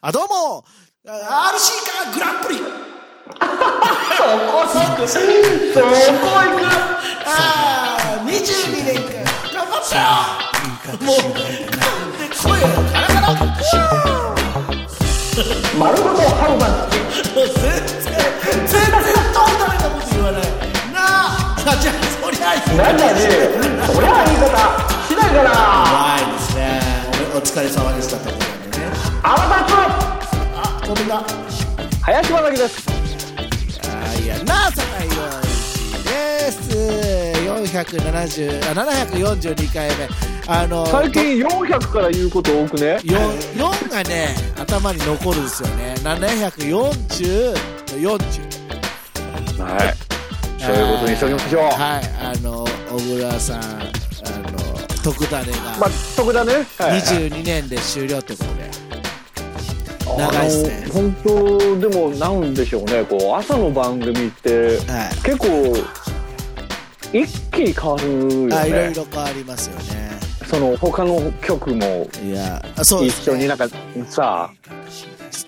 あ、どうもあ !RC カーグランプリそこ行くそこ行くああ、22年間頑張ったよもう、声をガラガラ丸ごとハウマンもう全然、全然どうだめなこと言わない。なああ、じゃあ、そりゃあいい。なんだねそりゃあ言い方しないかな怖いですね。お疲れ様でしたってことなんでね。あなあ、ごめんな。たと林正樹ですはい、やなあ、酒井陽一です。470あ742回目あの最近400から言うこと多くね 4, 4がね頭に残るんですよね740と40はいそういうことにしておきましょうはいあの小倉さんあの徳種まがあ特だねはい22年で終了ってことで、あの長いっすね本当でもなんでしょうねこう朝の番組ってはい結構一気に変わあるいよろいねろ変わりますよねその他の曲もいやあそうで一す、緒にね、なんかさ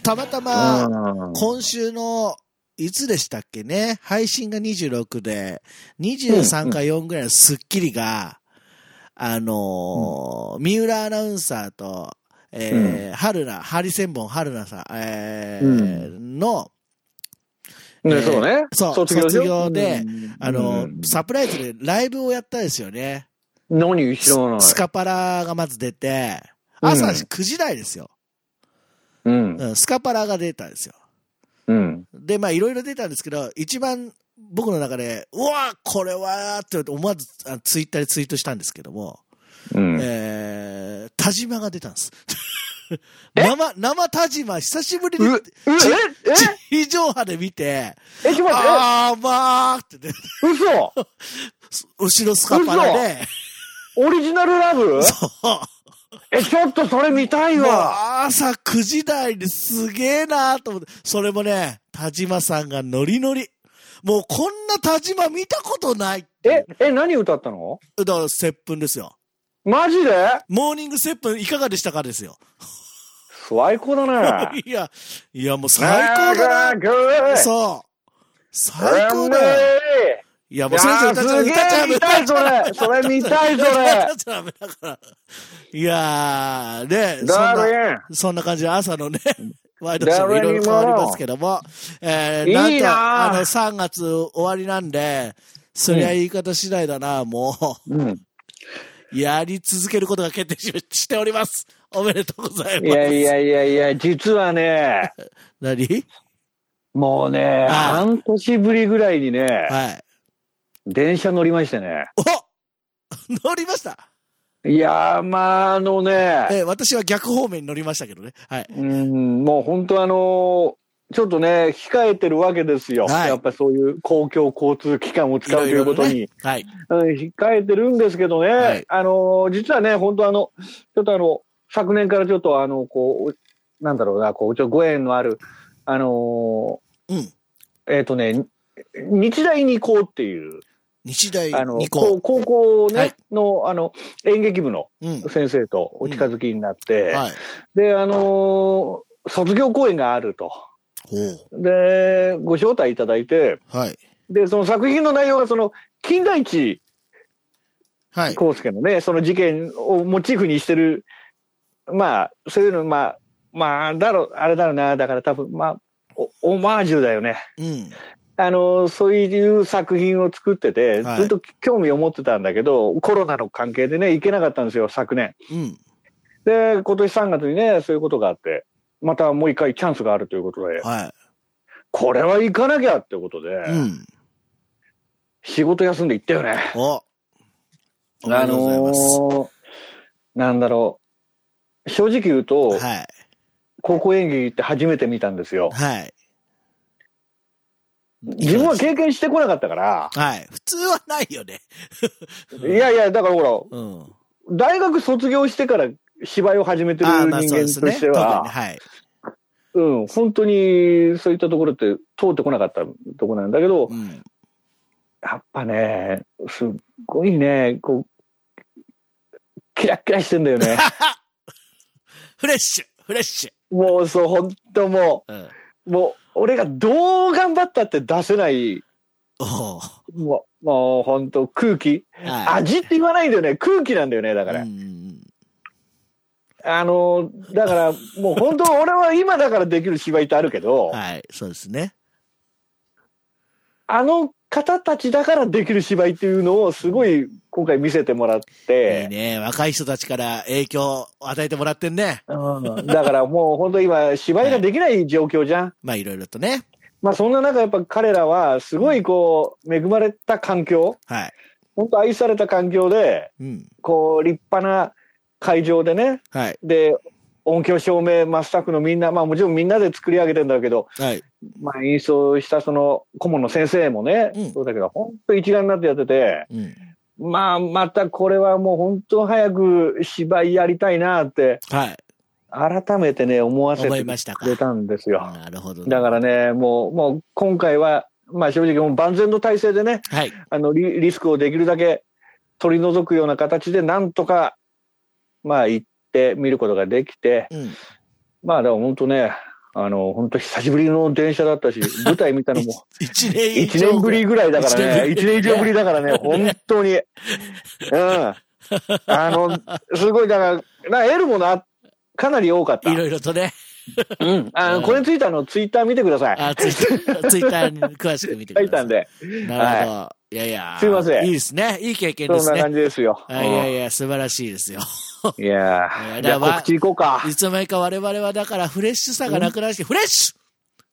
たまたま、うん今週の、いつでしたっけね配信が26で、23か4ぐらいのスッキリが、あのー三浦アナウンサーと、えー、春菜、ハリセンボン春菜さん、えーの、ね、そうね。そうしょ卒業で、うんあのーうんサプライズでライブをやったんですよね。何知スらない。スカパラがまず出て、朝うん9時台ですよ、うん。うん。スカパラが出たんですよ。うん。で、まあ、いろいろ出たんですけど、一番僕の中で、うわこれはーって思わずあツイッターでツイートしたんですけども、うん。えー、田島が出たんです。生、生田島、久しぶりにう、う、え、え、地上波で見て、え、ちょっと待って、あーまーってね、え、嘘後ろスカパラで、オリジナルラブもえ、ちょっとそれ見たいうわ。朝9時台ですげーなーと思って、それもね、田島さんがノリノリ。もうこんな田島見たことないっていうえ、え、何歌ったのだから、接吻ですよ。マジでモーニング接吻いかがでしたかですよ。最高だね。いや、いや、もう 最高だな。なそう。最高だよ。よ。いや、いもうや先生歌っちゃーう、すげ歌っちゃえう、歌見っちたゃ。い、それ。それ見たい、そう歌れっ。ちゃダメだから。いやー、ね、 そんダな、ーそんな感じで朝のね、ワイドショーもいろいろ変わりますけども、えー、いいななーんと、あの、3月終わりなんで、そりゃ言い方次第だな、もリン。 う、やり続けることが決定ししております。おめでとうございうん。まいす。やいやいやいや、実はね、何もうね、半年ぶりぐらいにね、はい。電車乗りましてね。お 乗りましたいやー、まあ、あのね、えー私は逆方面に乗りましたけどね。はい。うん、もう本当あのーちょっとね、控えてるわけですよ。はいやっぱりそういう公共交通機関を使うということに、はい。うん控えてるんですけどね、はいあのー実はね、本当あの、ちょっとあの、昨年からちょっとあの、こう、なんだろうな、こう、ちょっとご縁のある、あのうん。ーえっ、とね、日大に行こうっていう、日大あの、二こ高。う高校ね、はいの、あの、演劇部のうん。先生とお近づきになって、はい。で、あのー卒業公演があると。ほう。で、ご招待いただいて、はい。で、その作品の内容が、その、金田一はい。耕介のね、その事件をモチーフにしてる、まあ、そういうの、まあ、まあ、だろ、あれだろうな、だから多分、まあ、おオマージュだよね。うん。あのー、そういう作品を作ってて、はいずっと興味を持ってたんだけど、コロナの関係でね、行けなかったんですよ、昨年。うん。で、今年3月にね、そういうことがあって、またもう一回チャンスがあるということで、はこれは行かなきゃってことで、い。うん。仕事休んで行ったよね。お。おめでとうございます。ーなんだろう。正直言うと、はい。高校演劇って初めて見たんですよ。はい。自分は経験してこなかったから、はい。普通はないよね。いやいや、だからほうん。あら、大学卒業してから芝居を始めてるあー、人まあそう間とですね。して特にねは、はい。うん、本当にそういったところって通ってこなかったところなんだけど、うん。やっぱね、すっごいね、 こう、キラッキラしてんだよね。フレッシュ。フレッシもうそう、本当もュ。うん。う、もう、俺がどう頑張ったって出せない、おお。もう、もう本当空気。は味って言わないんだよね。空気なんだよね、だい。から。うんうんあの、だから、もう本当、俺は今だからできる芝居ってあるけうどん、はい。そうですね。あの方たちだからできる芝居っていうのをすごい今回見せてもらいっいて、ね。若い人たちから影響を与えてもらってんね。うんだからもう本当今芝居ができない状況じゃん。まあ、いろいろとね。まあそんな中やっぱ彼らはすごいこう恵まれた環境、はい。本当愛された環境で、うん。こう立派な会場でね、はい。で、音響照明、まあ、スタッフのみんな、まあもちろんみんなで作り上げてんだけど、はい。まあ、演奏したその顧問の先生もね、うんそうだけど、本当一丸になってやってて、うん。まあ、またこれはもう本当早く芝居やりたいなって、はい。改めてね、思わせ思いてましたかくれたんですよ。なるほど。だからね、もう、もう今回は、まあ正直もう万全の体制でね、はい。あのリリスクをできるだけ取り除くような形で、なんとか、まあ行って見ることができて、うん。まあでも本当ね、あの、本当久しぶりの電車だったし、舞台見たのも、 一年以一上年ぶりぐらいだからね。一一年ぶり年以上ぶりだか らね、本当に。うん。あの、すごい、だから、なんか得るものあかなり多かったい。ろいろとね。うん。あうんの、これについてあの、ツイッター見てください。あ、ツイッタ ー、ツイッターに詳しく見てくだ書さい。いたんで。なるほど。いやいや。すいませんいいですね。いい経験そでんすなね。感じですよ。あいやいや、素晴らしいですよ。うんいやいやーじゃあ告知行こうか。いつの間にか我々はだからフレッシュさがなくなって、フレッシュ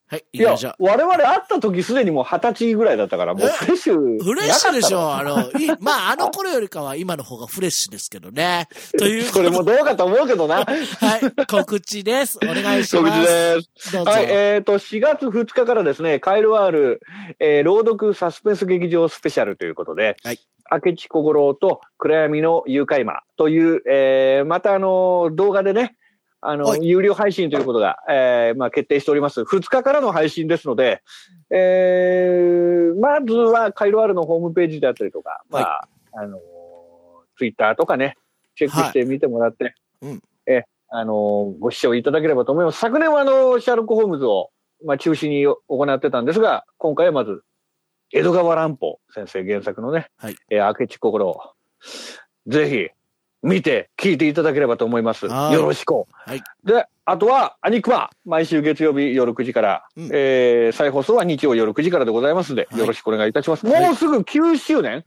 はい、い行きやましょう、。我々会った時すでにもう二十歳ぐらいだったから、もうフレッシュ。フレッシュでしなかっょあの、い まあ、あの頃よりかは今の方がフレッシュですけど ね。とたいの。うそことれもどうかと思うけ どな。はい、告知です。お願いし告ま知す。です。どうぞ。はい、えっ、と、4月2日からですね、カイルワール、えー朗読サスペンス劇場スペシャルということで、はい明智小五郎と暗闇の誘拐魔という、えーまたあの、動画でね、あはの、い有料配信ということが、えーまあ、決定しております。2日からの配信ですので、えーまずはカイルワールのホームページであったりとか、まあ、あの、ツイッターとかね、チェックしてみてもらって、うんえ、あの、ご視聴いただければと思います。昨年はあの、シャーロック・ホームズを、まあ、中心に行ってたんですが、今回はまず、江戸川乱歩先生原作のね、はいえー明智心を、ぜひ、見て、聞いていただければと思います。はいよろしく。はいで、あとは、アニクマ、毎週月曜日夜9時から、うんえー再放送は日曜夜9時からでございますので、はいよろしくお願いいたします。はいもうすぐ9周年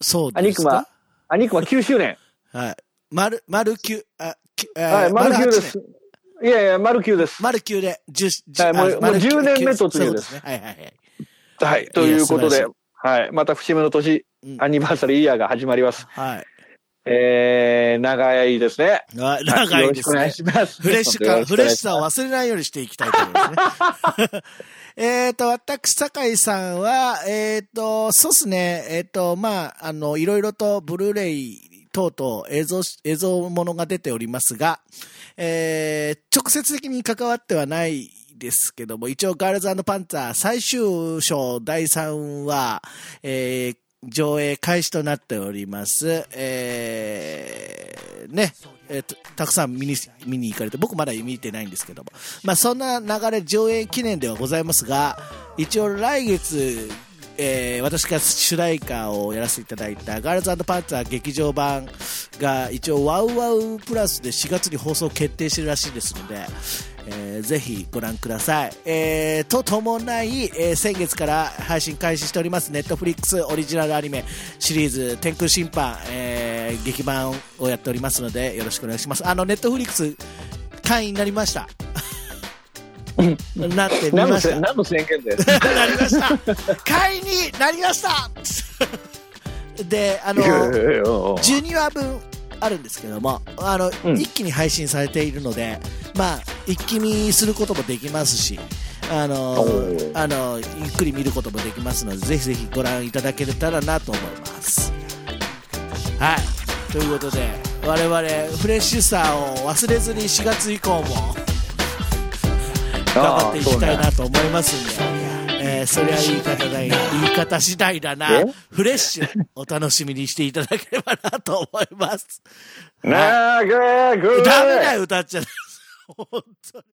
そうですか。アニクマ9周年。はい。丸、丸九、あ、きえーはい、丸八9で年す。いやいや、丸9です。丸九で、十、十はいもうあ丸もう九10年目九突入ですそういうことね。はいはいはい。はい、ということいやで素、はい、また節目の年、うんアニバーサリーイヤーが始まります。はい。えー、長いですね。あ長いですはねよろ。しくお願いします。フレッシュよか、ろしフくおレッ願いシュしさを忘れないようにしていきたいと思いますね。 えっと、私、酒井さんは、えっ、と、そうですね、えっ、と、まあ、あの、いろいろと、ブルーレイ等々映像し、映像ものが出ておりますが、えー直接的に関わってはないですけども、一応、ガールズパンツァー最終章第3話、えー上映開始となっております。えーね。えーとたくさん見に見に行かれて僕まだ見てないんですけども、まあ、そんな流れ上映記念ではございますが一応来月、えー私が主題歌をやらせていただいたガールズパンツァー劇場版が一応ワウワウプラスで4月に放送決定してるらしいですので、えーぜひご覧ください、えーとともない、えー先月から配信開始しておりますネットフリックスオリジナルアニメシリーズ「天空審判、えー劇版をやっておりますのでよろしくお願いしますあのネットフリックス会員になりましたなってみ何のましせた何の宣言でなりました 会員になりました で あの12話分あるんですけどもあの、うん一気に配信されているので、まあ、一気見することもできますしあのおーあのゆっくり見ることもできますのでぜひぜひご覧いただけたらなと思います。はいということで我々フレッシュさを忘れずに4月以降も。頑張っていきたいなと思いますんで、えーそれは言い方ない、言い方次第だなえ、フレッシュ、お楽しみにしていただければなと思います。長くダメだよ、歌っちゃ。 本当に。